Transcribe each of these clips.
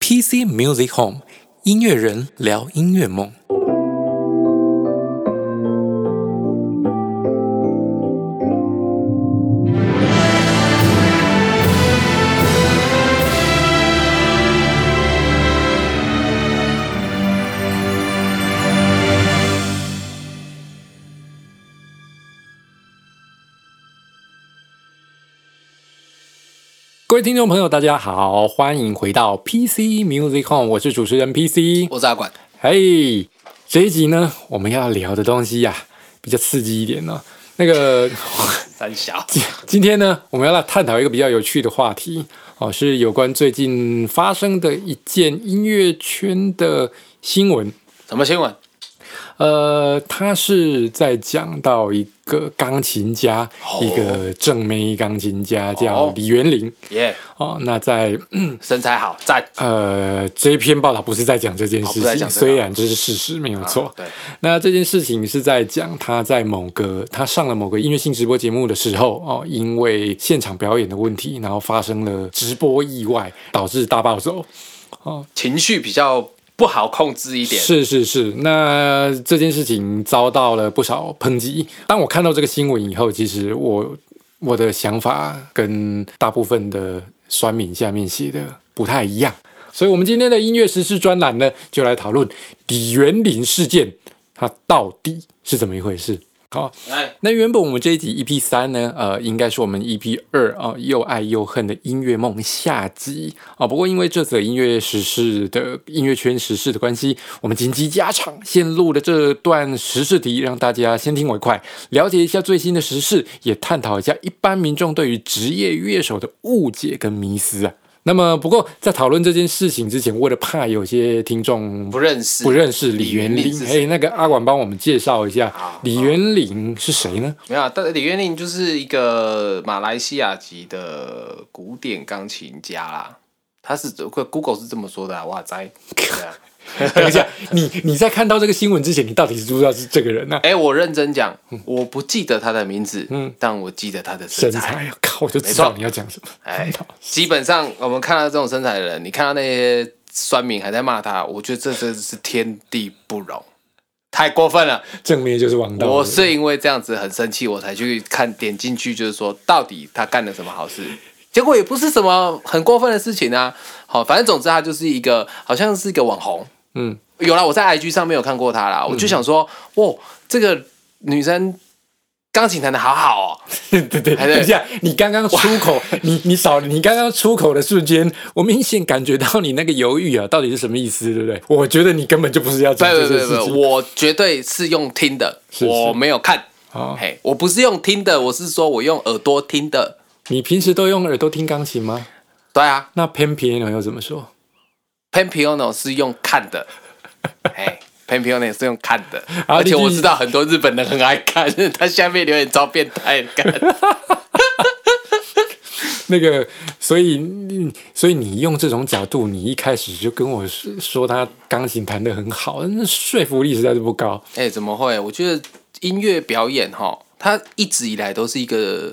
PC Music Home 音乐人聊音乐梦。各位听众朋友，大家好，欢迎回到 PC Music Home，我是主持人 PC。我是阿管，嘿，这一集呢，我们要聊的东西呀、比较刺激一点呢、那个 三小，今今天呢，我们要来探讨一个比较有趣的话题哦，是有关最近发生的一件音乐圈的新闻。什么新闻？呃，他是在讲到一个钢琴家，哦一个正妹钢琴家叫哦李元玲耶、哦。那在身材好，赞。呃这一篇报道不是在讲这件事哦不是在情，讲这个虽然这是事实，没有错。啊对，那这件事情是在讲他在某个他上了某个音乐性直播节目的时候哦，因为现场表演的问题，然后发生了直播意外，导致大暴走。情绪比较不好控制一点。是是是，那这件事情遭到了不少抨击。当我看到这个新闻以后，其实我我的想法跟大部分的酸民下面写的不太一样，所以我们今天的音乐时事专栏呢，就来讨论李元林事件，它到底是怎么一回事。好，哎，那原本我们这一集 EP 三呢，呃，应该是我们 EP 二啊、哦又爱又恨的音乐梦下集啊、不过因为这则音乐时事的音乐圈时事的关系，我们紧急加场，先录了这段时事题，让大家先听为快，了解一下最新的时事，也探讨一下一般民众对于职业乐手的误解跟迷思啊。那么，不过在讨论这件事情之前，为了怕有些听众不认识，不认识李元元林，是谁嘿，那个阿管帮我们介绍一下好李元林是谁呢？ 没有啊，但是李元令就是一个马来西亚籍的古典钢琴家啦。他是 Google 是这么说的、啊，哇 塞！对啊等一下，你你在看到这个新闻之前，你到底是知道是这个人呢、哎、我认真讲，我不记得他的名字，嗯，但我记得他的身身材。材，靠，我就知道没错你要讲什么。 哎，基本上我们看到这种身材的人，你看到那些酸民还在骂他，我觉得这真是天地不容，太过分了。正面就是王道。 我是因为这样子很生气，我才去看点进去，就是说到底他干了什么好事。结果也不是什么很过分的事情啊。好，反正总之他就是一个好像是一个网红，嗯，有啦，我在 IG 上面有看过他啦，我就想说，哇，这个女生钢琴弹的好好哦、对对对，哎对等一下，你刚刚出口，你你少，你刚刚出口的瞬间，我明显感觉到你那个犹豫啊，到底是什么意思，对不对？我觉得你根本就不是要讲不这不件不事不情不，我绝对是用听的，是我没有看。啊。哦嘿，我不是用听的，我是说我用耳朵听的。你平时都用耳朵听钢琴吗？对啊那 pan piano 又怎么说？ ，Pan Piano 是用看 的，哎，Pan Piano 是用看的，好而且你继续我知道很多日本人很爱看， 他下面留言超变态的， 看那个，所以你所以你用这种角度，你一开始就跟我说说他钢琴弹得很好，那说服力实在是不高。哎，怎么会？我觉得音乐表演哈，它一直以来都是一个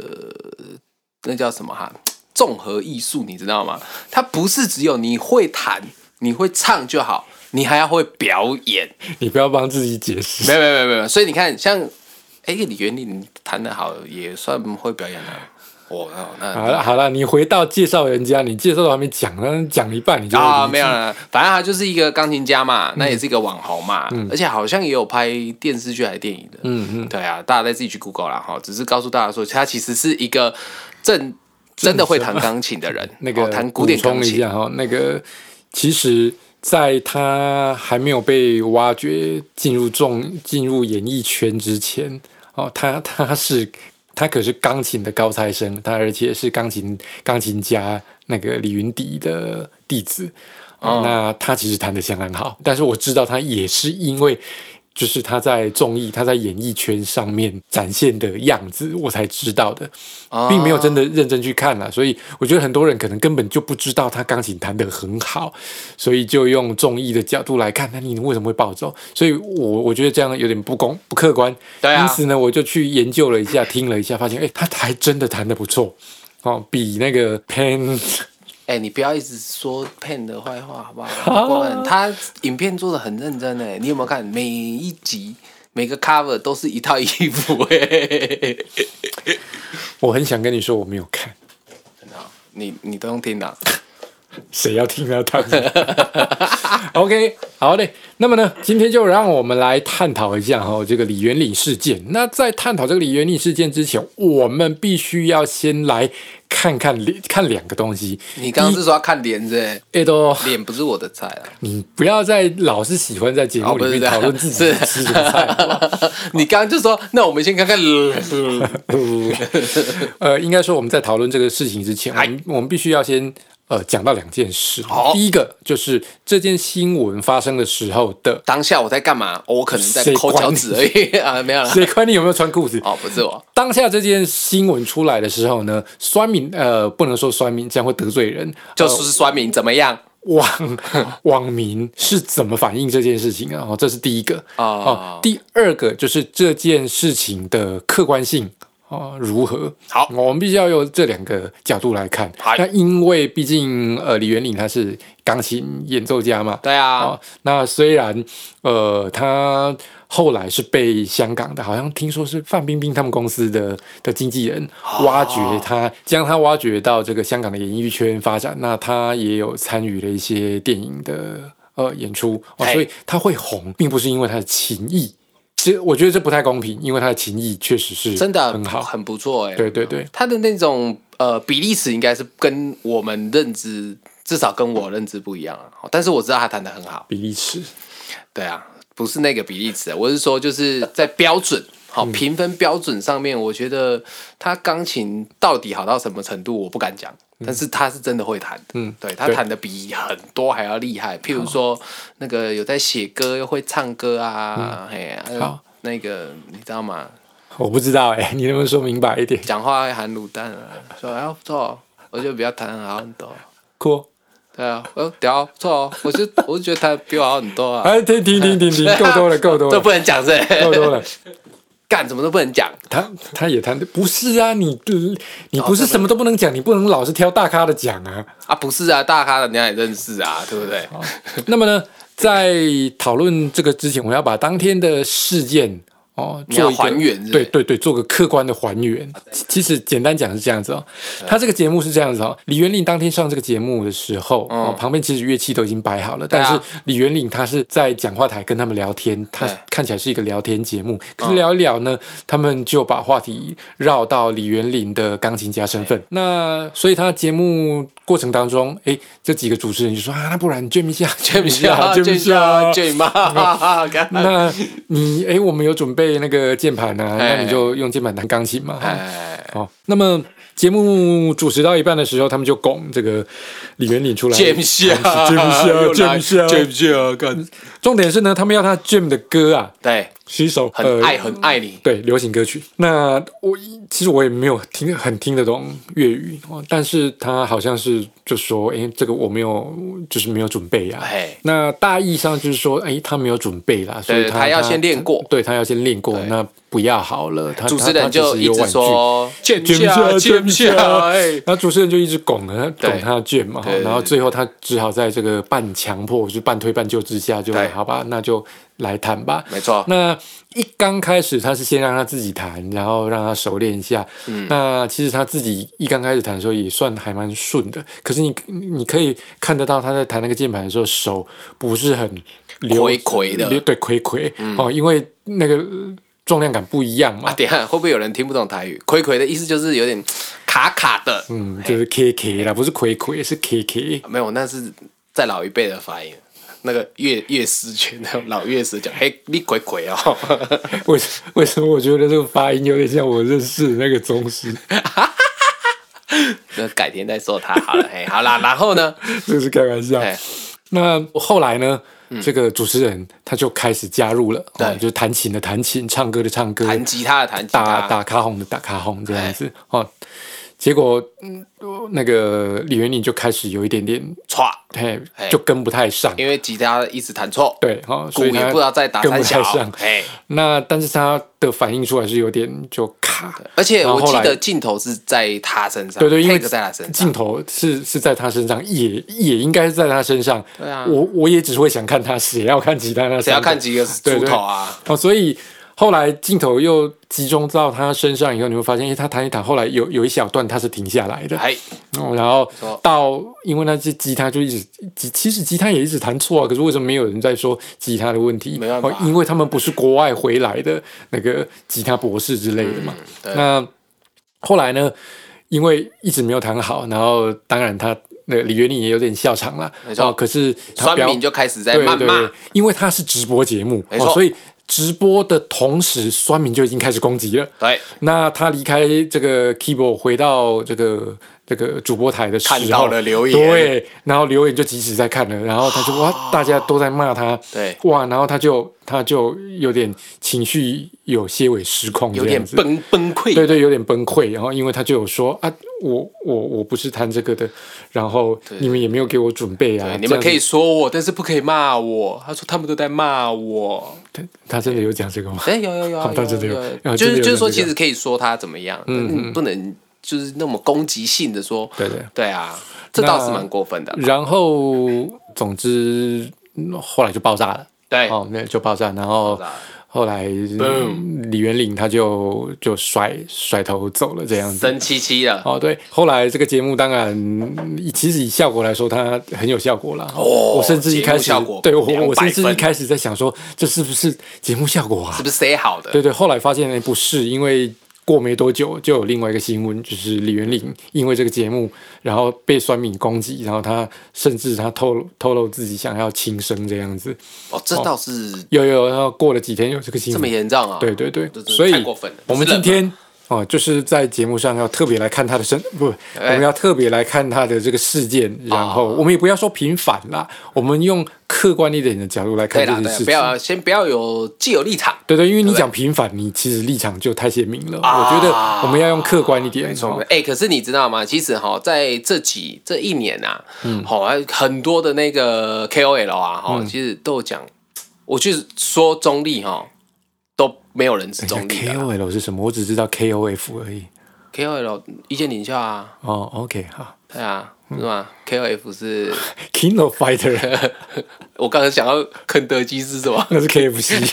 那叫什么哈，综合艺术，你知道吗？它不是只有你会弹、你会唱就好，你还要会表演。你不要帮自己解释没。有没有没有没有，所以你看，像哎、李元林弹的好，也算会表演了、我哦，好那了好了，你回到介绍人家，你介绍都还没讲，那讲一半你就啊、会离没有了，反正他就是一个钢琴家嘛，那也是一个网红嘛，而且好像也有拍电视剧还是电影的。嗯嗯，对啊，大家再自己去 Google 啦哈，只是告诉大家说，他其实是一个正真的会弹钢琴的人，那个哦弹古典补钢充一琴。下哈，那个其实，在他还没有被挖掘进入众进入演艺圈之前，哦，他他是他可是钢琴的高材生，他而且是钢琴钢琴家那个李云迪的弟子。哦、那他其实弹的相当好，但是我知道他也是因为。就是他在综艺、他在演艺圈上面展现的样子，我才知道的。哦并没有真的认真去看了，所以我觉得很多人可能根本就不知道他钢琴弹得很好，所以就用综艺的角度来看，那你为什么会暴走？所以我我觉得这样有点不公不客观。对啊因此呢，我就去研究了一下，听了一下，发现哎、诶他还真的弹得不错哦，比那个 Pan 哎、你不要一直说 Pen 的坏话，好不 好？我们他影片做的很认真哎，你有没有看？每一集每个 cover 都是一套衣服哎，我很想跟你说我没有看，真的哦，你你都用听的啊、谁要听到他们 ？OK，好嘞。那么呢，今天就让我们来探讨一下哈、这个李元礼事件。那在探讨这个李元礼事件之前，我们必须要先来看看看两个东西。你刚刚是说要看脸子哎，哎都，脸不是我的菜啊。你不要再老是喜欢在节哦，目不里是面这样讨论自己吃的菜， 好不好是你刚刚就说，那我们先看看，呃，应该说我们在讨论这个事情之前，我们我们必须要先呃讲到两件事。好，第一个就是这件新闻发生的时候的 当下我在干嘛？哦我可能在谁抠管脚趾而已 啊，没有了。谁管你有没有穿裤子？哦，不是我，当下这件新闻出来的时候呢，酸民呃不能说酸民，这样会得罪人，就呃是酸民怎么样？网网民是怎么反映这件事情啊？哦，这是第一个啊哦。第二个就是这件事情的客观性哦如何？好我们必须要用这两个角度来看嗨。那因为毕竟呃李元领他是钢琴演奏家嘛，对啊，哦，那虽然呃他后来是被香港的，好像听说是范冰冰他们公司的的经纪人哦挖掘他，将他挖掘到这个香港的演艺圈发展。那他也有参与了一些电影的呃演出、哦，嘿所以他会红，并不是因为他的情谊。其实我觉得这不太公平，因为他的情谊确实是真的很好。很不错哎。对对对，他的那种呃比例尺应该是跟我们认知，至少跟我认知不一样啊。哦但是我知道他弹的很好，比利时对啊，不是那个比例尺，我是说就是在标 准。嗯好，评分标准上面，我觉得他钢琴到底好到什么程度，我不敢讲。但是他是真的会弹的，嗯，对嗯他对弹的比很多还要厉害。譬如说，那个有在写歌又会唱歌啊，嘿，啊嗯好那个你知道吗？我不知道哎、你能不能说明白一 点？讲话会含卤蛋啊，说哎呀不错哦，我觉得比较弹得好很多。酷。对啊，我屌不错哦，我就我就觉得他比我好很多啊。哎，停停停停停，够多了，够多 这了，不能讲是不是够多了。干什么都不能讲。他他也谈的不是啊，你你不是什么都不能讲，你不能老是挑大咖的讲啊。啊，不是啊，大咖人家也认识啊，对不哦对？ 那么呢，在讨论这个之前，我要把当天的事件哦你要做一个还原是不是嗯对对对，做个客观的还原。其其实简单讲是这样子哦，他这个节目是这样子哦，李元令当天上这个节目的时候，哦，旁边其实乐器都已经摆好了，嗯啊但是李元令他是在讲话台跟他们聊天，他对看起来是一个聊天节目，可是聊一聊呢，他们就把话题绕到李元林的钢琴家身份。那所以他节目过程当中，哎，这几个主持人就说啊，那不然捐一下，对不起啊，捐对一不起下啊，。对妈，干那你哎，我们有准备那个键盘啊，哎那你就用键盘弹钢琴嘛。哈哎，好，那么节目主持到一半的时候，他们就拱这个李元林出来，见不下，见不下又来见不下见不下，干。重点是呢，他们要他 Jim 的歌啊，对，是一首呃很爱很爱你，对流行歌曲。那我其实我也没有听很听得懂粤语哦，但是他好像是就说，诶，这个我没有，就是没有准备呀、哎，那大意上就是说，诶，他没有准备啦，所以对他他要先练过对他要先练过，对那不要好了。他主持他人他就其实一有直婉拒说见不见不下，下，见见不不下，下。哎然。后主持人就一直拱他，拱他的 Jim 嘛，对然后最后他只好在这个半强迫，就是半推半就之下，就对好吧，那就来谈吧。没错，那一刚开始，他是先让他自己弹，然后让他熟练一下。嗯那其实他自己一刚开始弹的时候也算还蛮顺的，可是你你可以看得到他在弹那个键盘的时候手不是很流魁魁的嗯流对魁魁、哦，因为那个呃重量感不一样嘛啊，，等一下会不会有人听不懂台语？魁魁的意思就是有点卡卡的，啊嗯，就是 K K 啦，不是魁魁是 K K。没有，那是在老一辈的发音。那个乐乐师圈，那种老乐师讲，嘿，你鬼鬼哦， 为什为什么我觉得这个发音有点像我认识的那个宗师？那改天再说他好了，嘿，好啦，然 后呢，这是开玩笑哎。那后来呢？这个主持人他就开始加入了，嗯对哦就是弹琴的弹琴，唱歌的唱歌，弹吉他的弹吉打他，打卡红的打卡红这样子哦。结果，嗯，那个李元林就开始有一点点，歘，嘿哎，就跟不太上，因为吉他一直弹错，对，哦，鼓所以也他不知道在打跟三不小太上，，哎，那但是他的反应出来是有点就卡卡。而且然后我后记来得镜头是在他身上，对对，因为 take 在他身上镜，头是是在他身上，也也应该是在他身上。对啊我我也只会想看他，谁要看其他那谁三要个看几个对猪对头啊？哦，所以后来镜头又集中到他身上以后，你会发现，哎，他弹一弹，后来有有一小段他是停下来的，哎，哦、然后错到因为那只吉他就一直吉，其实吉他也一直弹错啊，可是为什么没有人在说吉他的问题？没办法哦因为他们不是国外回来的那个吉他博士之类的嘛。嗯对那后来呢，因为一直没有弹好，然后当然他那个李元丽也有点笑场了，没错哦，可是他酸表敏就开始在对谩对骂对，，因为它是直播节目，没错哦，所以直播的同时，酸民就已经开始攻击了。对，那他离开这个 keyboard 回到这个这个主播台的时候，看到了留言对，然后留言就及时在看了，然后他 就哇，大家都在骂他，对哇，然后他就他就有点情绪有些微失控，有点子。崩崩溃，对对，有点崩溃。然后因为他就有说啊，我我我不是弹这个的，然后你们也没有给我准备啊对，，哎你这们样可子以说我，但是不可以骂我。他说他们都在骂我。他真的有讲这个吗？哎，有有有啊，好像真的有啊就真的是有就是说，这个其实可以说他怎么样，嗯，不能就是那么攻击性的说。对对。对啊，这那倒是蛮过分的。然后，总之嗯后来就爆炸了。对，哦，那就爆炸，然后哎炸了后来李元领他就就甩甩头走了这样子。生七七了。哦，对，后来这个节目当然，嗯其实以效果来说，它很有效果啦。哦我甚至一开始节目效果对我， 200我甚至分一开始在想说，这是不是节目效果啊是？不是谁好的？对对，后来发现哎不是，因为过没多久就有另外一个新闻，就是李元领因为这个节目，然后被酸敏攻击，然后他甚至他透露透露自己想要轻生这样子。哦，这倒是有有，然后过了几天有这个新这闻，么严重啊！对对对这，真的所以太过分了啊我们今天哦，就是在节目上要特别来看他的身，不，我哎哦们要特别来看他的这个事件，然后我们也不要说平反啦，我们用客观一点的角度来看对这啦，件对，事不情。要先不要有既有立场。对对，因为你对讲平反，你其实立场就太鲜明了。啊我觉得我们要用客观一点。没错哎、可是你知道吗？其实哈，在这几这一年啊，好、还很多的那个 KOL 啊，哈、其实都有讲，我去说中立哈，都没有人是中立哎的啦。 KOL 是什么？我只知道 KOF 而已。 KOL 意见领袖啊，哦，OK，好对啊，是吧？KOF 是， ，King of Fighter，我刚才想要肯德基是什么？那是 KFC。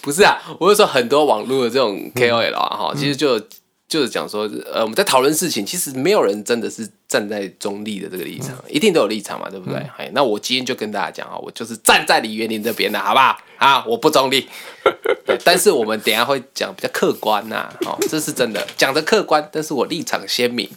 不是啊，我是说很多网络的这嗯种 KOL 啊，哈、其实就就是讲说，呃，我们在讨论事情，其实没有人真的是站在中立的这个立嗯场，一定都有立场嘛，对不对？哎，那我今天就跟大家讲啊，我就是站在李元林这边的，好不好？啊，我不中 立，对但是我们等一下会讲比较客观呐、哦，这是真的，讲的客观，但是我立场鲜 明，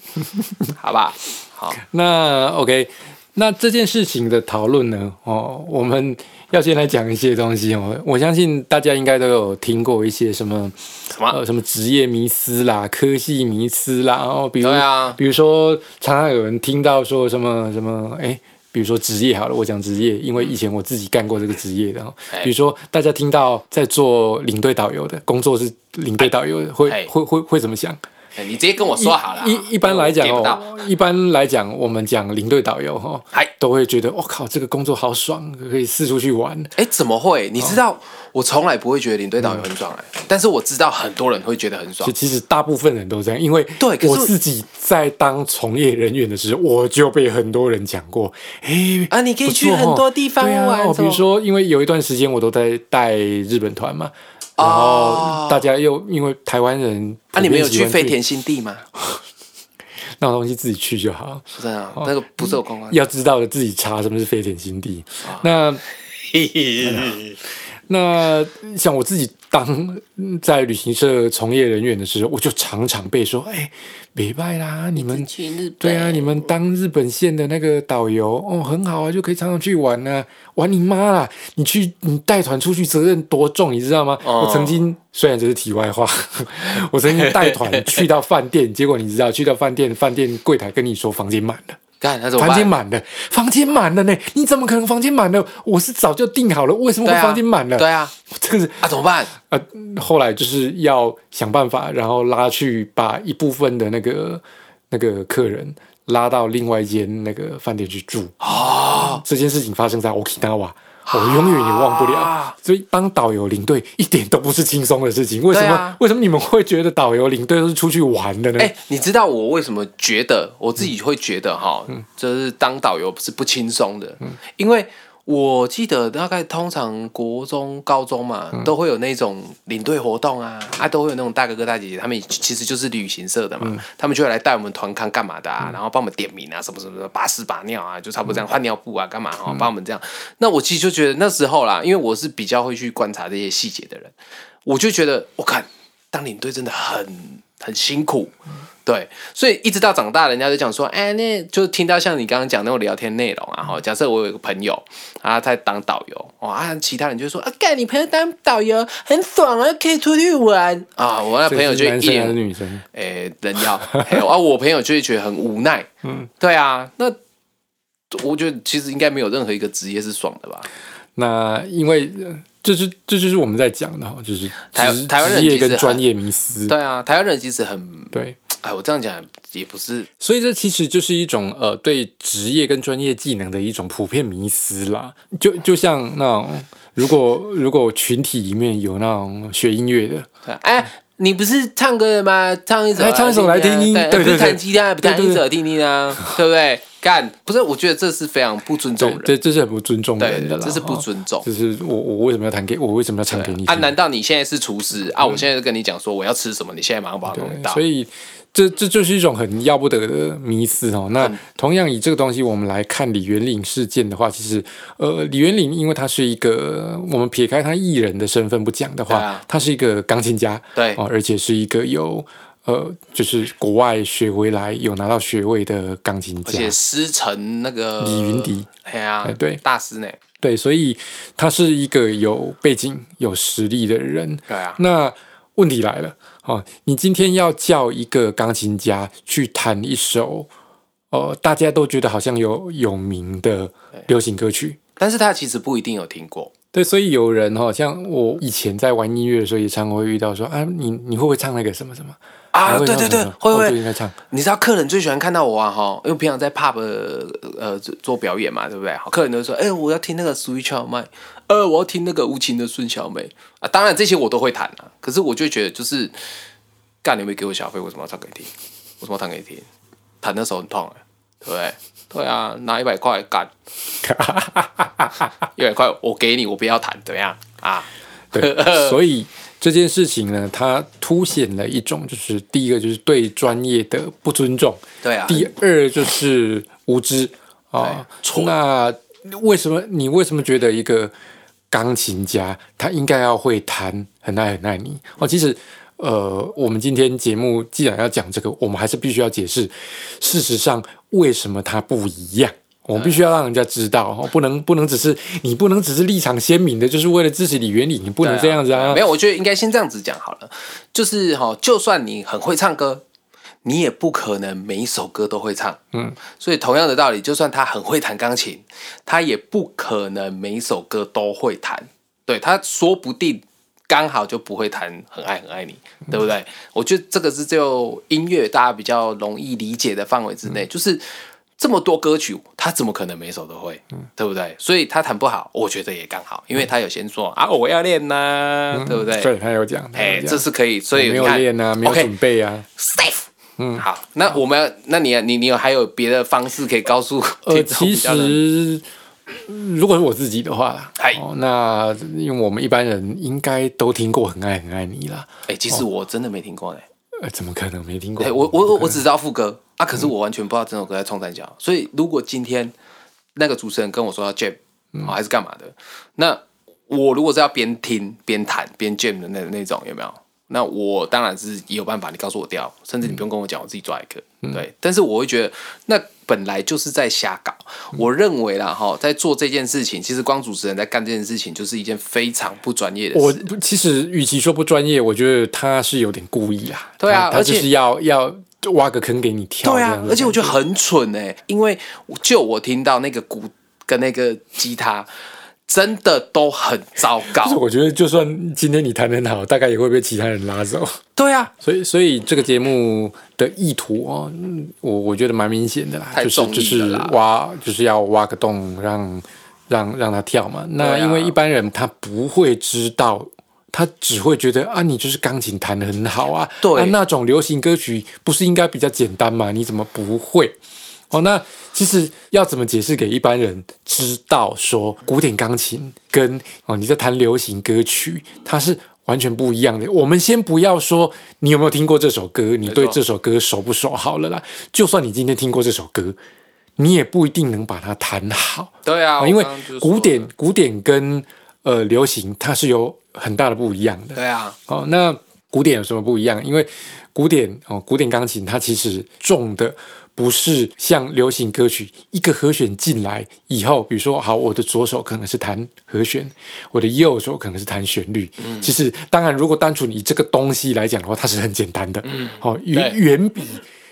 好吧？好，那 OK，那这件事情的讨论呢？哦，我们要先来讲一些东西哦。我相信大家应该都有听过一些什么什么？呃什么职业迷思啦、科系迷思啦，然、后比如、对啊比如说常常有人听到说什么什么哎。比如说职业好了，我讲职业，因为以前我自己干过这个职业的哦。哎比如说大家听到在做领队导游的工作是领队导游的，会哎会会会怎么想？哎你直接跟我说好了啊。一一般来讲我 get 不到，哦，一般来讲，我们讲领队导游哦嗨，都会觉得我、靠，这个工作好爽，可以四处去玩。哎，怎么会？你知道，哦我从来不会觉得领队导游很爽哎、但是我知道很多人会觉得很爽嗯其。其实大部分人都这样，因为对可是我自己在当从业人员的时候，我就被很多人讲过，哎啊你可以不错哦去很多地方对啊玩哦什么比如说，因为有一段时间我都在带日本团嘛，然哦后大家又因为台湾人啊，你们有去飞飞田新地吗？那种东西自己去就好，不是啊，那个不是有观光。哦要知道的自己查什么是飞田新地。 那那像我自己当嗯在旅行社从业人员的时候，我就常常被说：“哎，北拜啦，你们去日本对啊，你们当日本线的那个导游哦，很好啊，就可以常常去玩啊，玩你妈啦！你去你带团出去责任多重，你知道吗？哦我曾经虽然这是题外话， 我曾经带团去到饭店，结果你知道，去到饭店，饭店柜台跟你说房间满了。”干那怎么房间办？满了，房间满了呢？你怎么可能房间满了？我是早就订好了，为什么对会啊，房间满了？对啊，这个是啊怎么办？呃，后来就是要想办法，然后拉去把一部分的那个那个客人拉到另外一间那个饭店去住。哦，这件事情发生在 Okinawa，我永远也忘不了。啊所以当导游领队一点都不是轻松的事情。为什对么？啊为什么你们会觉得导游领队都是出去玩的呢？哎、你知道我为什么觉得我自己会觉得哈，就是当导游是不轻松的，因为我记得大概通常国中、高中嘛，都会有那种领队活动啊，啊，都会有那种大哥哥、大姐姐，他们其实就是旅行社的嘛，他们就会来带我们团康干嘛的啊，然后帮我们点名啊，什么什么的，把屎把尿啊，就差不多这样，换尿布啊，干嘛哈，帮我们这样。那我其实就觉得那时候啦，因为我是比较会去观察这些细节的人，我就觉得，我看当领队真的很很辛苦，对，所以一直到长大，人家就讲说，哎、那就听到像你刚刚讲那种聊天内容啊，哈，假设我有一个朋友啊，他在当导游，哇、啊，其他人就说，啊，干你朋友当导游很爽啊，可以出去玩啊，我那这朋友是就男一生还是脸女生？诶、人妖， 嘿啊，我朋友就会觉得很无奈，嗯，对啊，那我觉得其实应该没有任何一个职业是爽的吧？那因为呃这是这就是我们在讲的哈，就是台职台湾人职业其实跟很专业迷思。对啊，台湾人其实很，对，哎，我这样讲也不是，所以这其实就是一种呃对职业跟专业技能的一种普遍迷思啦。就就像那种，如果如果群体里面有那种学音乐的，对啊哎、你不是唱歌的吗？唱一首、啊，哎唱一首来听听啊对对不对是弹吉他，对对弹一对首听听啊，对不对？干，不是，我觉得这是非常不尊重对，人，这这是很不尊重对人的啦，这是不尊重哦。就是我我为什么要弹给我为什么要唱给你啊，听难道你现在是厨师啊？我现在就跟你讲说我要吃什么，你现在马上把我弄对到。所以这这就是一种很要不得的迷思哦。那嗯同样以这个东西我们来看李元领事件的话，其实呃，李元领因为他是一个我们撇开他艺人的身份不讲的话，对啊他是一个钢琴家，对哦，而且是一个有。呃，就是国外学回来有拿到学位的钢琴而家，且师承那个李云迪，哎呀、哎对大师呢？对，所以他是一个有背景、有实力的人。对啊，那问题来了，哦，你今天要叫一个钢琴家去弹一首，呃，大家都觉得好像有有名的流行歌曲。但是他其实不一定有听过。对，所以有人哦，像我以前在玩音乐的时候，也常会遇到说啊，你你会不会唱那个什么什么啊还会对唱什么对对什么会哦会就应该 唱。你知道客人最喜欢看到我啊哈，因为平常在 pub 呃呃做做表演嘛，对不对？好客人都说，哎、我要听那个 Sweet Child m i 呃，我要听那个无情的孙小美啊。当然这些我都会弹啊，可是我就觉得就是，干你没给我小费，为什么要唱给你听？为什么要弹给你听？弹那时候很痛、啊，对不对？对啊，拿一百块干，一百块我给你，我不要弹，怎么样啊？对，所以这件事情呢，它凸显了一种，就是第一个就是对专业的不尊重，对啊，第二就是无知哎啊。那为什么你为什么觉得一个钢琴家他应该要会弹《很爱很爱你》哦？其实。呃，我们今天节目既然要讲这个，我们还是必须要解释，事实上为什么它不一样。我哎们必须要让人家知道，哦不能不能只是你不能只是立场鲜明的，就是为了支持李元礼，你不能这样子啊没。有，我觉得应该先这样子讲好了。就是哈、就算你很会唱歌，你也不可能每一首歌都会唱。嗯，所以同样的道理，就算他很会弹钢琴，他也不可能每一首歌都会弹。对他说不定刚好就不会弹《很爱很爱你》，嗯对不对？我觉得这个是就音乐大家比较容易理解的范围之内，嗯就是。这么多歌曲，他怎么可能每首都会？嗯对不对？所以他弹不好，我觉得也刚好，因为他有先说啊，我要练呐、对不对？嗯对，他有讲，他有哎，讲这是可以，所以没有练啊，没有 OK，准备啊。 safe。嗯，好，那我们要，那你要你你有还有别的方式可以告诉呃，听众其比较的？实嗯如果是我自己的话啦嗨，哦，那因为我们一般人应该都听过《很爱很爱你》啦，哎，其实我真的没听过呢。呃，怎么可能没听过？哎，我我我我只知道副歌啊，可是我完全不知道这首歌在冲三角。所以如果今天那个主持人跟我说要 jam，哦嗯还是干嘛的，那我如果是要边听边弹边 jam 的那那种，有没有？那我当然是也有办法，你告诉我调，甚至你不用跟我讲，我自己抓一个。嗯对，但是我会觉得那本来就是在瞎搞。嗯我认为啦，哈，在做这件事情，其实光主持人在干这件事情，就是一件非常不专业的我事。其实与其说不专业，我觉得他是有点故意啦。对啊他他而且就是要要挖个坑给你跳。对这啊样，子而且我觉得欸很蠢哎、因为就我听到那个鼓跟那个吉他。真的都很糟就是糕。我觉得，就算今天你弹得很好，大概也会被其他人拉走。对啊，所以，所以这个节目的意图哦，嗯我我觉得蛮明显的啦，太就是中就意了是啦挖，就是要挖个洞让让让它跳嘛。那对啊因为一般人他不会知道，他只会觉得啊，你就是钢琴弹得很好啊，对啊那种流行歌曲不是应该比较简单嘛？你怎么不会？哦，那其实要怎么解释给一般人知道说古典钢琴跟哦你在弹流行歌曲，它是完全不一样的。我们先不要说你有没有听过这首歌，你对这首歌熟不熟好了啦。就算你今天听过这首歌，你也不一定能把它弹好，对啊，哦我因为刚刚就说古典了古典跟呃流行它是有很大的不一样的。对啊，哦，那古典有什么不一样？因为古典哦，古典钢琴它其实重的不是像流行歌曲一个和弦进来以后，比如说好，我的左手可能是弹和弦，我的右手可能是弹旋律。其实当然，如果单纯以这个东西来讲的话，它是很简单的。嗯，好、哦，远对远比。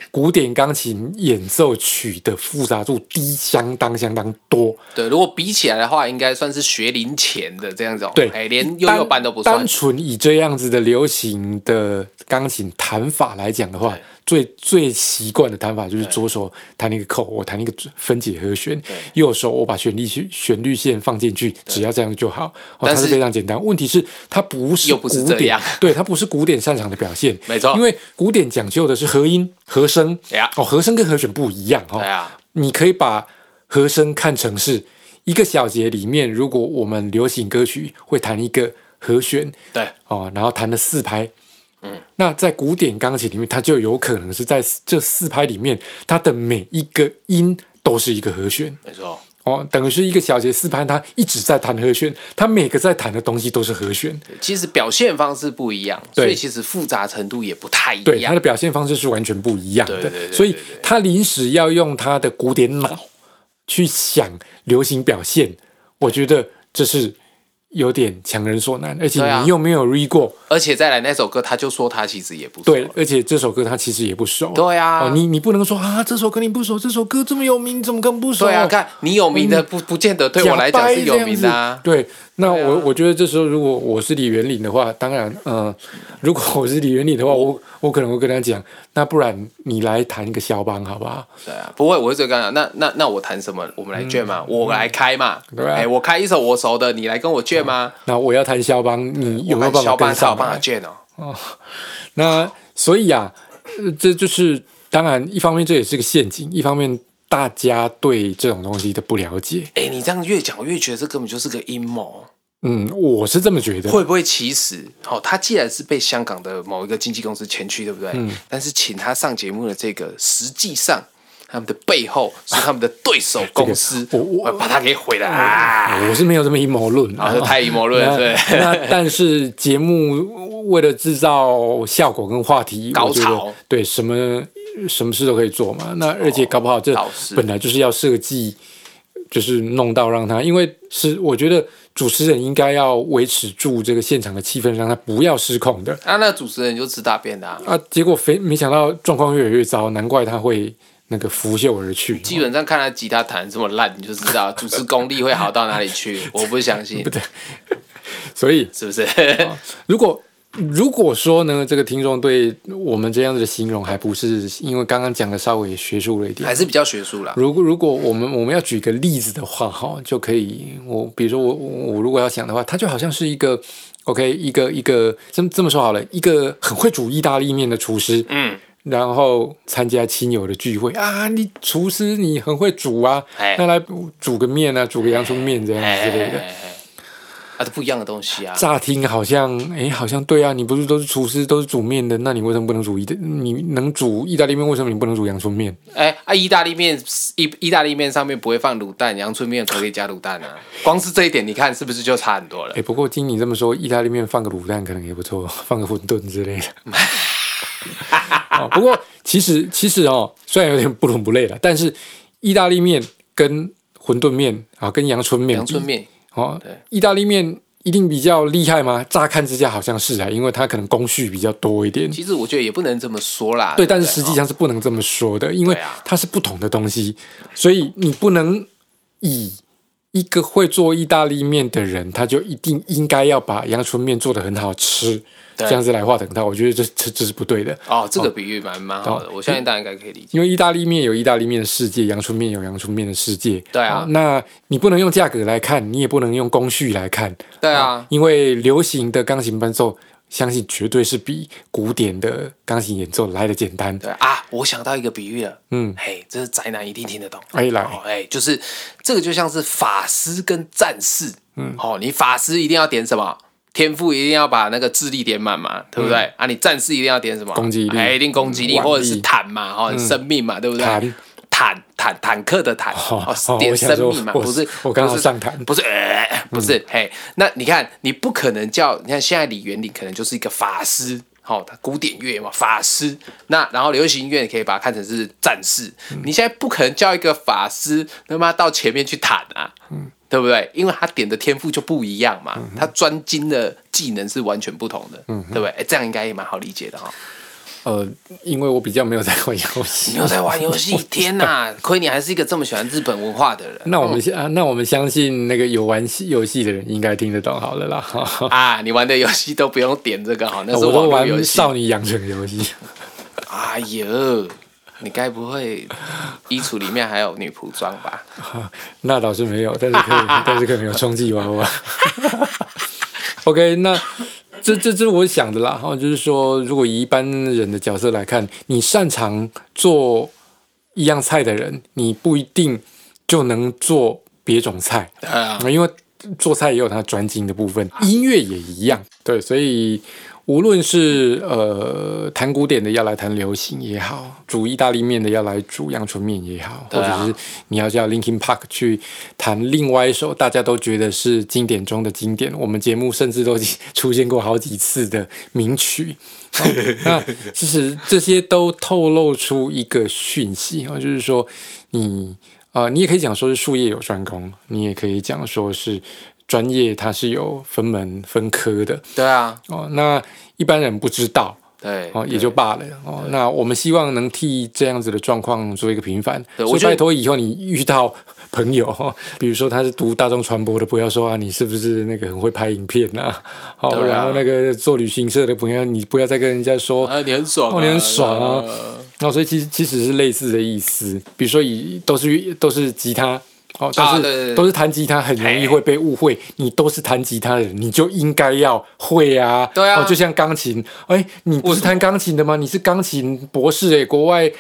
古典钢琴演奏曲的复杂度低相当相当多，对，如果比起来的话，应该算是学龄前的这样子哦。对哎，连幼幼班都不算单。纯以这样子的流行的钢琴弹法来讲的话对，最最习惯的弹法就是左手弹一个扣，我弹一个分解和弦，右手我把旋律线旋律线放进去，只要这样就好。哦，但它是是非常简单。问题是它不是又不是古这典样，对，它不是古典擅长的表现。没错因为古典讲究的是和音、和声呀。哦，和声跟和弦不一样哦。对啊，你可以把和声看成是一个小节里面，如果我们流行歌曲会弹一个和弦对，哦，然后弹了四拍。嗯，那在古典钢琴里面，它就有可能是在这四拍里面，它的每一个音都是一个和弦没错，哦，等于是一个小节四拍，它一直在弹和弦，它每个在弹的东西都是和弦，其实表现方式不一样，所对以其实复杂程度也不太一对，它样。的表现方式是完全不一样的，对对对对所以对对他临时要用他的古典脑去想流行表现，我觉得这是有点强人所难，而且对啊你又没有 read 过，而且再来那首歌，他就说他其实也不错。对，而且这首歌他其实也不熟，对啊哦、你你不能说啊，这首歌你不熟，这首歌这么有名，怎么可能不熟？对啊，看你有名嗯的不不见得对我来讲是有名的、啊。对，那对啊我、我觉得这时候如果我是李元领的话，当然，呃，如果我是李元领的话，我我可能会跟他讲，那不然你来弹一个肖邦好不好？对啊，不会，我就刚讲，那那那我弹什么？我嗯们来卷嘛，我来开嘛。对啊哎，我开一首我熟的，你来跟我卷吗？那我要弹肖邦，你有没啊有办我看小法跟班才有上办法来？卷哦。那所以啊，呃这就是当然，一方面这也是个陷阱，一方面大家对这种东西的不了解。哎，你这样越讲，我越觉得这根本就是个阴谋。嗯，我是这么觉得。会不会其实，哦，他既然是被香港的某一个经纪公司前去，对不对？嗯但是请他上节目的这个，实际上他们的背后是他们的对手公司，这个我我会把他给毁了啊！我是没有这么阴谋论啊，这太阴谋论了，那对。 那但是节目为了制造效果跟话题，高我觉得潮对什么什么事都可以做嘛。那而且搞不好这倒是本来就是要设计，就是弄到让他，因为是我觉得主持人应该要维持住这个现场的气氛，让他不要失控的啊，那主持人就吃大便的、啊，啊。结果非没想到状况越来越糟，难怪他会那个拂袖而去。基本上看他吉他弹这么烂，你就知道主持功力会好到哪里 去。我不相信，所以是不是？如果如果说呢，这个听众对我们这样子的形容还不是因为刚刚讲的稍微学术了一点 还，是比较学术啦。如果如果我们我们要举个例子的话，哈，就可以我比如说我我我如果要想的话，它就好像是一个 OK 一个一个这么这么说好了，一个很会煮意大利面的厨师，嗯，然后参加亲友的聚会啊，你厨师你很会煮啊哎，那来煮个面啊，煮个洋葱面这样哎子之类哎的。哎哎啊，这不一样的东西啊。乍听好像，哎，好像对啊，你不是都是厨师，都是煮面的，那你为什么不能煮意大？你能煮意大利面，为什么你不能煮洋葱面？哎、啊，意大利面意意大利面上面不会放卤蛋，阳春面可以加卤蛋啊。光是这一点，你看是不是就差很多了？哎，不过经你这么说，意大利面放个卤蛋可能也不错， 放个馄饨之类 的。哦、不过其实其实哦，虽然有点不伦不类了，但是意大利面跟馄饨面啊，跟阳春面阳比春面哦对，意大利面一定比较厉害吗？乍看之下好像是啊，因为它可能工序比较多一点。其实我觉得也不能这么说啦。对，不但是实际上是不能这么说的，因为哦对啊它是不同的东西，所以你不能以一个会做意大利面的人，他就一定应该要把阳春面做得很好吃，对这样子来划等号。我觉得这这这是不对的，哦，这个比喻蛮蛮好的，我相信大家应该可以理解。因为意大利面有意大利面的世界，阳春面有阳春面的世界。对啊那你不能用价格来看，你也不能用工序来看，对啊，因为流行的钢琴伴奏，相信绝对是比古典的钢琴演奏来的简单。对啊，我想到一个比喻了，嗯，嘿，这是宅男一定听得懂。哎，来哦，，哎、就是这个就像是法师跟战士，嗯，哦，你法师一定要点什么？天赋一定要把那个智力点满嘛，对不对？啊，你战士一定要点什么？嗯攻击力嗯哎，一定攻击力，腕力嗯或者是坦嘛，哦，生命嘛，对不对？坦坦坦坦克的坦，哦哦哦，点我想生说命嘛，我不是，我刚好不是上坦不是，哎不是，嘿，那你看，你不可能叫，你看现在李元领可能就是一个法师，好、他古典乐嘛，法师，那然后流行音乐你可以把它看成是战士，你现在不可能叫一个法师他妈到前面去弹啊，对不对？因为他点的天赋就不一样嘛，他专精的技能是完全不同的，对不对？哎，这样应该也蛮好理解的哈、哦呃，因为我比较没有在玩游戏你，又在玩游戏，天 哪！亏你还是一个这么喜欢日本文化的人。那我们相、啊，那我们相信那个有玩戏游戏的人应该听得懂好了啦。啊，你玩的游戏都不用点 这个哈，那是我网都络游玩戏。少女养成游戏， 哎呦，你该不会衣橱里面还有女仆装吧？ 那倒是没有，但是可以，但是可能有充气娃 娃。OK，那这这这是我想的啦，哈，就是说，如果以一般人的角色来看，你擅长做一样菜的人，你不一定就能做别种菜。对啊，因为做菜也有它专精的部分，音乐也一样。对，所以无论是呃谈古典的要来谈流行也好，煮意大利面的要来煮阳春面也好，或对者啊是你要叫 Linkin Park 去谈另外一首大家都觉得是经典中的经典，我们节目甚至都已经出现过好几次的名曲。 好那其实这些都透露出一个讯息啊，就是说你呃，你也可以讲说是术业有专攻，你也可以讲说是专业，它是有分门分科的对啊，哦。那一般人不知道对。哦，也就罢了哦。那我们希望能替这样子的状况做一个平反，对所我以觉得拜托以后你遇到。朋友， 哦比如说他是读大众传播的，不要说啊，你是不是那个很会拍影片啊？哦，对啊然后那个做旅行社的朋友，你不要再跟人家说啊，你很爽、啊，哦你很爽啊呃那、所以其实其实是类似的意思，比如说以都是都是吉他。哦，但是、啊对对对都是弹吉他，很容易嘿会被误会。你都是弹吉他的人，你就应该要会啊。对啊哦、就像钢琴，哎，你不是弹钢琴的吗？你是钢琴博士哎、国外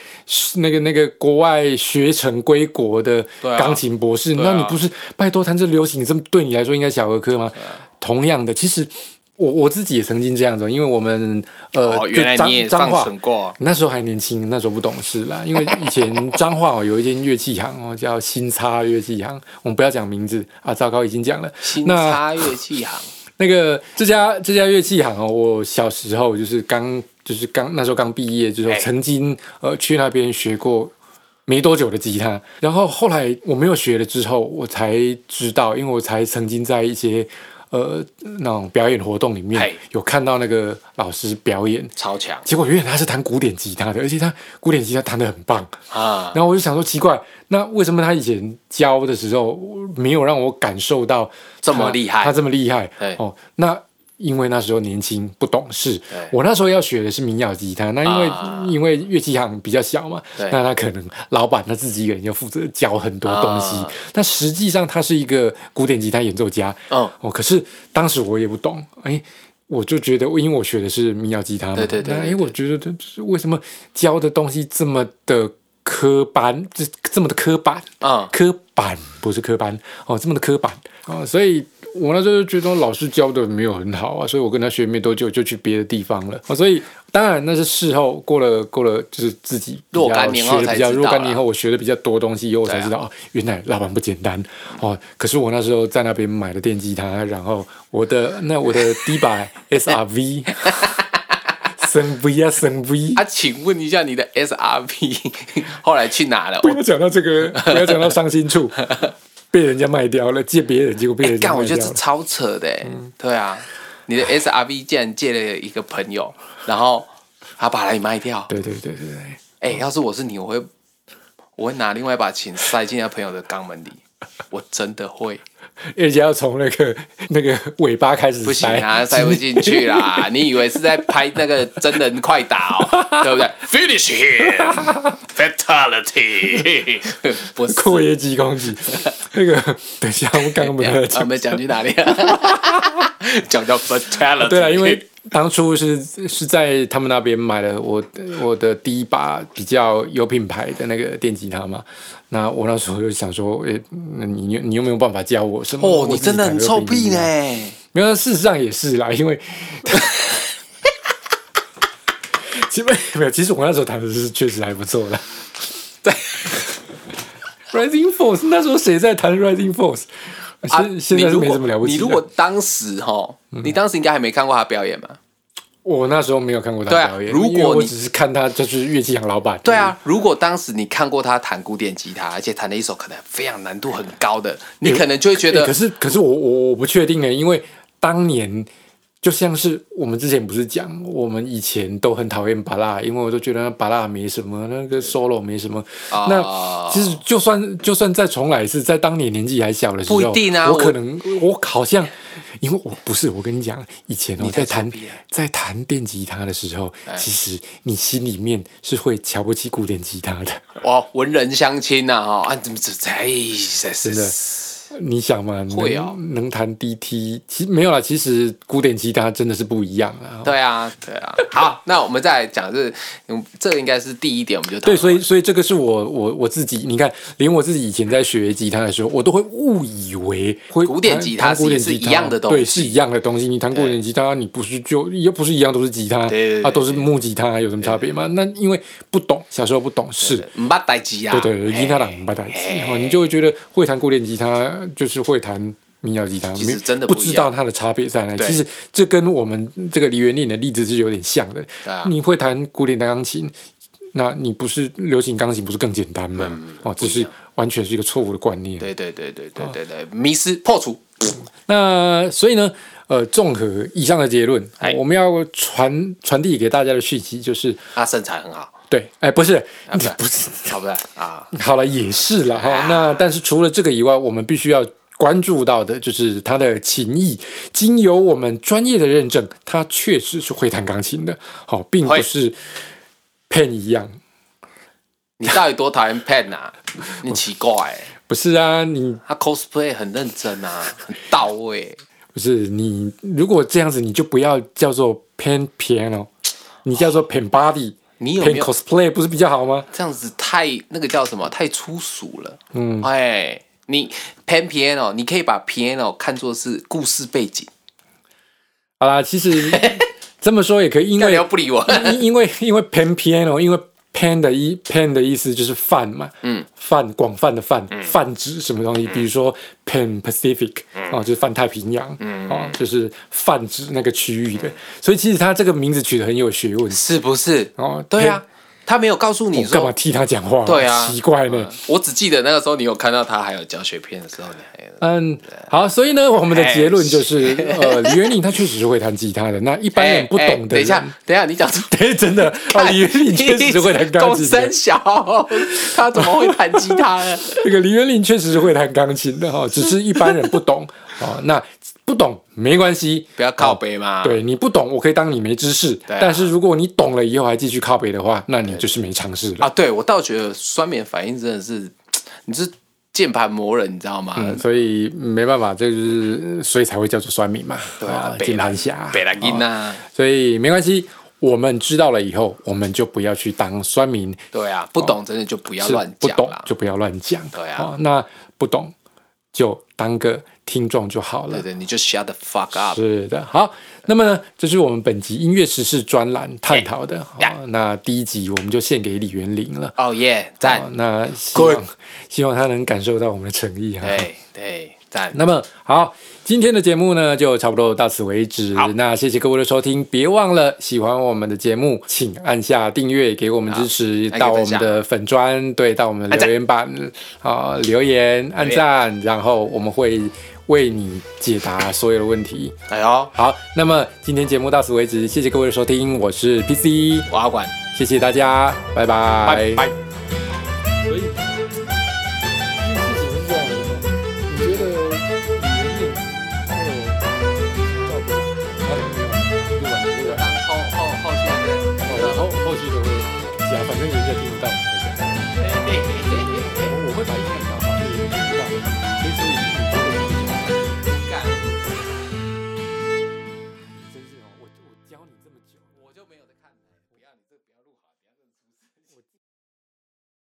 那个那个国外学成归国的对啊钢琴博士，对啊那你不是拜托弹这流行，这对你来说应该小儿科吗？啊同样的，其实我我自己也曾经这样子，因为我们呃，哦，对原来脏你也脏放话蠢过，那时候还年轻，那时候不懂事啦。因为以前彰化哦有一间乐器行哦，叫新叉乐器行，我们不要讲名字啊，糟糕，已经讲了。新那插乐器行，那个这家这家乐器行哦，我小时候就是刚就是刚那时候刚毕业之后，哎曾经呃去那边学过没多久的吉他，然后后来我没有学了之后，我才知道，因为我才曾经在一些。呃，那种表演活动里面哎有看到那个老师表演，超强结果原来他是弹古典吉他的，而且他古典吉他弹得很棒。啊！然后我就想说，奇怪，那为什么他以前教的时候没有让我感受到这么他厉害他这么厉害对？哦，那因为那时候年轻不懂事对，我那时候要学的是民谣吉他，那因为、啊因为乐器行比较小嘛，对那他可能老板他自己一个人要负责教很多东西，啊那实际上他是一个古典吉他演奏家，嗯，哦，可是当时我也不懂，哎，我就觉得，因为我学的是民谣吉他嘛，对对对那对哎，我觉得这这为什么教的东西这么的刻板，这这么的刻板，嗯，刻板不是刻板哦，这么的刻板哦，所以我那时候就觉得老师教的没有很好啊，所以我跟他学没多久就去别的地方了哦，所以当然那是事后过了过了，就是自己比较若干年后学的才比较知道若干啦年后我学的比较多东西以后，我才对啊知道、哦，原来老板不简单哦。可是我那时候在那边买了电吉他，然后我的那我的 D 百 SRV。升 V 啊，升 V！啊，请问一下你的 SRP 后来去哪了？不要讲到这个，不要讲到伤心 处，被人家卖掉了，借别人，结果被哎，人干、家我卖觉掉得这了。超扯的、欸嗯对啊，你的 SRV 竟然借了一个朋友，然后他把它给卖掉。对对对对对，哎、要是我是你，我会我会拿另外一把琴塞进他朋友的肛门里，我真的会，而且要从那个那个尾巴开始不行塞啊，塞不进去啦！你以为是在拍那个真人快打哦，对不对？Finish him, fatality 。不是，阔叶鸡公鸡，那个等一下，我刚刚没有啊我讲。们讲去哪里了？讲到 fatality。对啊，因为当初是是在他们那边买了我呃我的第一把比较有品牌的那个电吉他嘛。那我那时候就想说，诶、那你你有没有办法教我什么？哦，我你自己真的很弹都臭不一屁定呢啊！！没有，事实上也是啦，因为 其实没有，其实我那时候弹的是确实还不错的。对，Rising Force 那时候谁在弹 Rising Force？啊现现在你是如没果什么了不起的。嗯你如果当时哈，你当时应该还没看过他表演嘛？我那时候没有看过他对啊表演，如果因为我你只是看他就是乐器行老板。对，啊，如果当时你看过他弹古典吉他，而且弹了一首可能非常难度很高的，你可能就会觉欸得嗯可是可是我我我不确定呢，欸因为当年就像是我们之前不是讲，我们以前都很讨厌巴拉，因为我都觉得巴拉没什么，那个 solo 没什么。哦那其实就算就算再重来一次，在当年年纪还小的时候，不一定啊我可我能我好像。因为我不是，我跟你讲，以前我你在太弹臭屁了在弹电吉他的时候，哎其实你心里面是会瞧不起古典吉他的。哇，文人相亲呐哈，啊，怎么怎么，哎，真是的你想嘛，能会哦能弹 DT，其实没有啦，其实古典吉他真的是不一样啊。对啊，对啊。好，那我们再来讲这，嗯这个应该是第一点，我们就对，以所以所以这个是我我我自己，你看，连我自己以前在学吉他的时候，我都会误以为会古典弹吉他弹是古典是吉他一样的东西对，是一样的东西。你弹古典吉他，你不是就又不是一样都是吉他，对对对啊，都是木吉他，有什么差别吗？那因为不懂，小时候不懂事，唔捌代志啊，哎对对对，吉他党不太然哦后你就会觉得会弹古典吉他就是会弹民谣吉他，其实没真的不不一样知道它的差别在哪里。对其实这跟我们这个梨园令的例子是有点像的。对啊你会弹古典钢琴，那你不是流行钢琴不是更简单吗？嗯哦，这是完全是一个错误的观念。对对对对对对对，迷失破除，那所以呢，呃，综合以上的结论，哎我们要传传递给大家的讯息就是，他啊身材 很好，对，哎，不是，啊不是 不是。好不对啊？好了，也是了哈。那但是除了这个以外，我们必须要关注到的就是他的琴艺。经由我们专业的认证，他确实是会弹钢琴的，好，并不会是 Pen 一样。你到底多讨厌 Pen 啊？你奇怪、欸，不是啊，你他 cosplay 很认真啊，很到位。不是你，如果这样子，你就不要叫做 Pen Piano，你叫做 Pen Body。哦你有没 Pen 有 cosplay 不是比较好吗？这样子太那个叫什么？太粗俗了。嗯，哎，你 Pen Piano，你可以把 Piano 看作是故事背景。好啦，其 实这么说也可以，因那你为要不理我？因因为因为 pen piano，因为 pen 的意 pen 的意思就是泛嘛，嗯，泛广泛的泛，嗯泛指什么东西？比如说 Pan Pacific，哦，就是泛太平洋，嗯哦，就是泛指那个区域的。所以其实它这个名字取得很有学问。是不是？哦对啊，他没有告诉你我干嘛说。替他讲话？对啊奇怪呢。我只记得那个时候你有看到他还有教学片的时候，你还嗯，好，所以呢，我们的结论就是，呃，李元领他确实是会弹吉他的。那一般哎人不哎懂的等一人，下，等一下，你 讲出对，真的啊，李元领确实是会弹钢公琴的三。小，他怎么会弹吉他 呢？这个林元林确实是会弹钢琴的哈、只是一般人不懂 哦。那不懂没关系，不要靠北嘛。对你不懂，我可以当你没知识。对啊但是如果你懂了以后还继续靠北的话，那你就是没尝试了。啊，对我倒觉得酸免反应真的是，你是键盘魔人，你知道吗？嗯所以没办法，这就是所以才会叫做酸民嘛，对啊，北键兰盘侠，北兰音啊哦呐，所以没关系，我们知道了以后，我们就不要去当酸民，对啊，不懂真的就不要是乱不讲懂啦。就不要乱讲。对啊哦，那不懂就当个听众就好了对。对，你就 shut the fuck up。是的，好，那么呢，这是我们本集音乐时事专栏探讨的。好、呀那第一集我们就献给李元林了。哦耶，好赞，那希望希望他能感受到我们的诚意哈。对对赞，那么好，今天的节目呢就差不多到此为止。那谢谢各位的收听，别忘了喜欢我们的节目，请按下订阅，给我们支持，好到我们的粉砖，对，到我们的留言板啊、留言按赞，然后我们会为你解答所有的问题。哎呦，好，那么今天节目到此为止，谢谢各位的收听，我是 PC，我要管，谢谢大家，拜拜，拜拜。所以，因为自己是这样的正人家听不到我们在讲。我会把一开。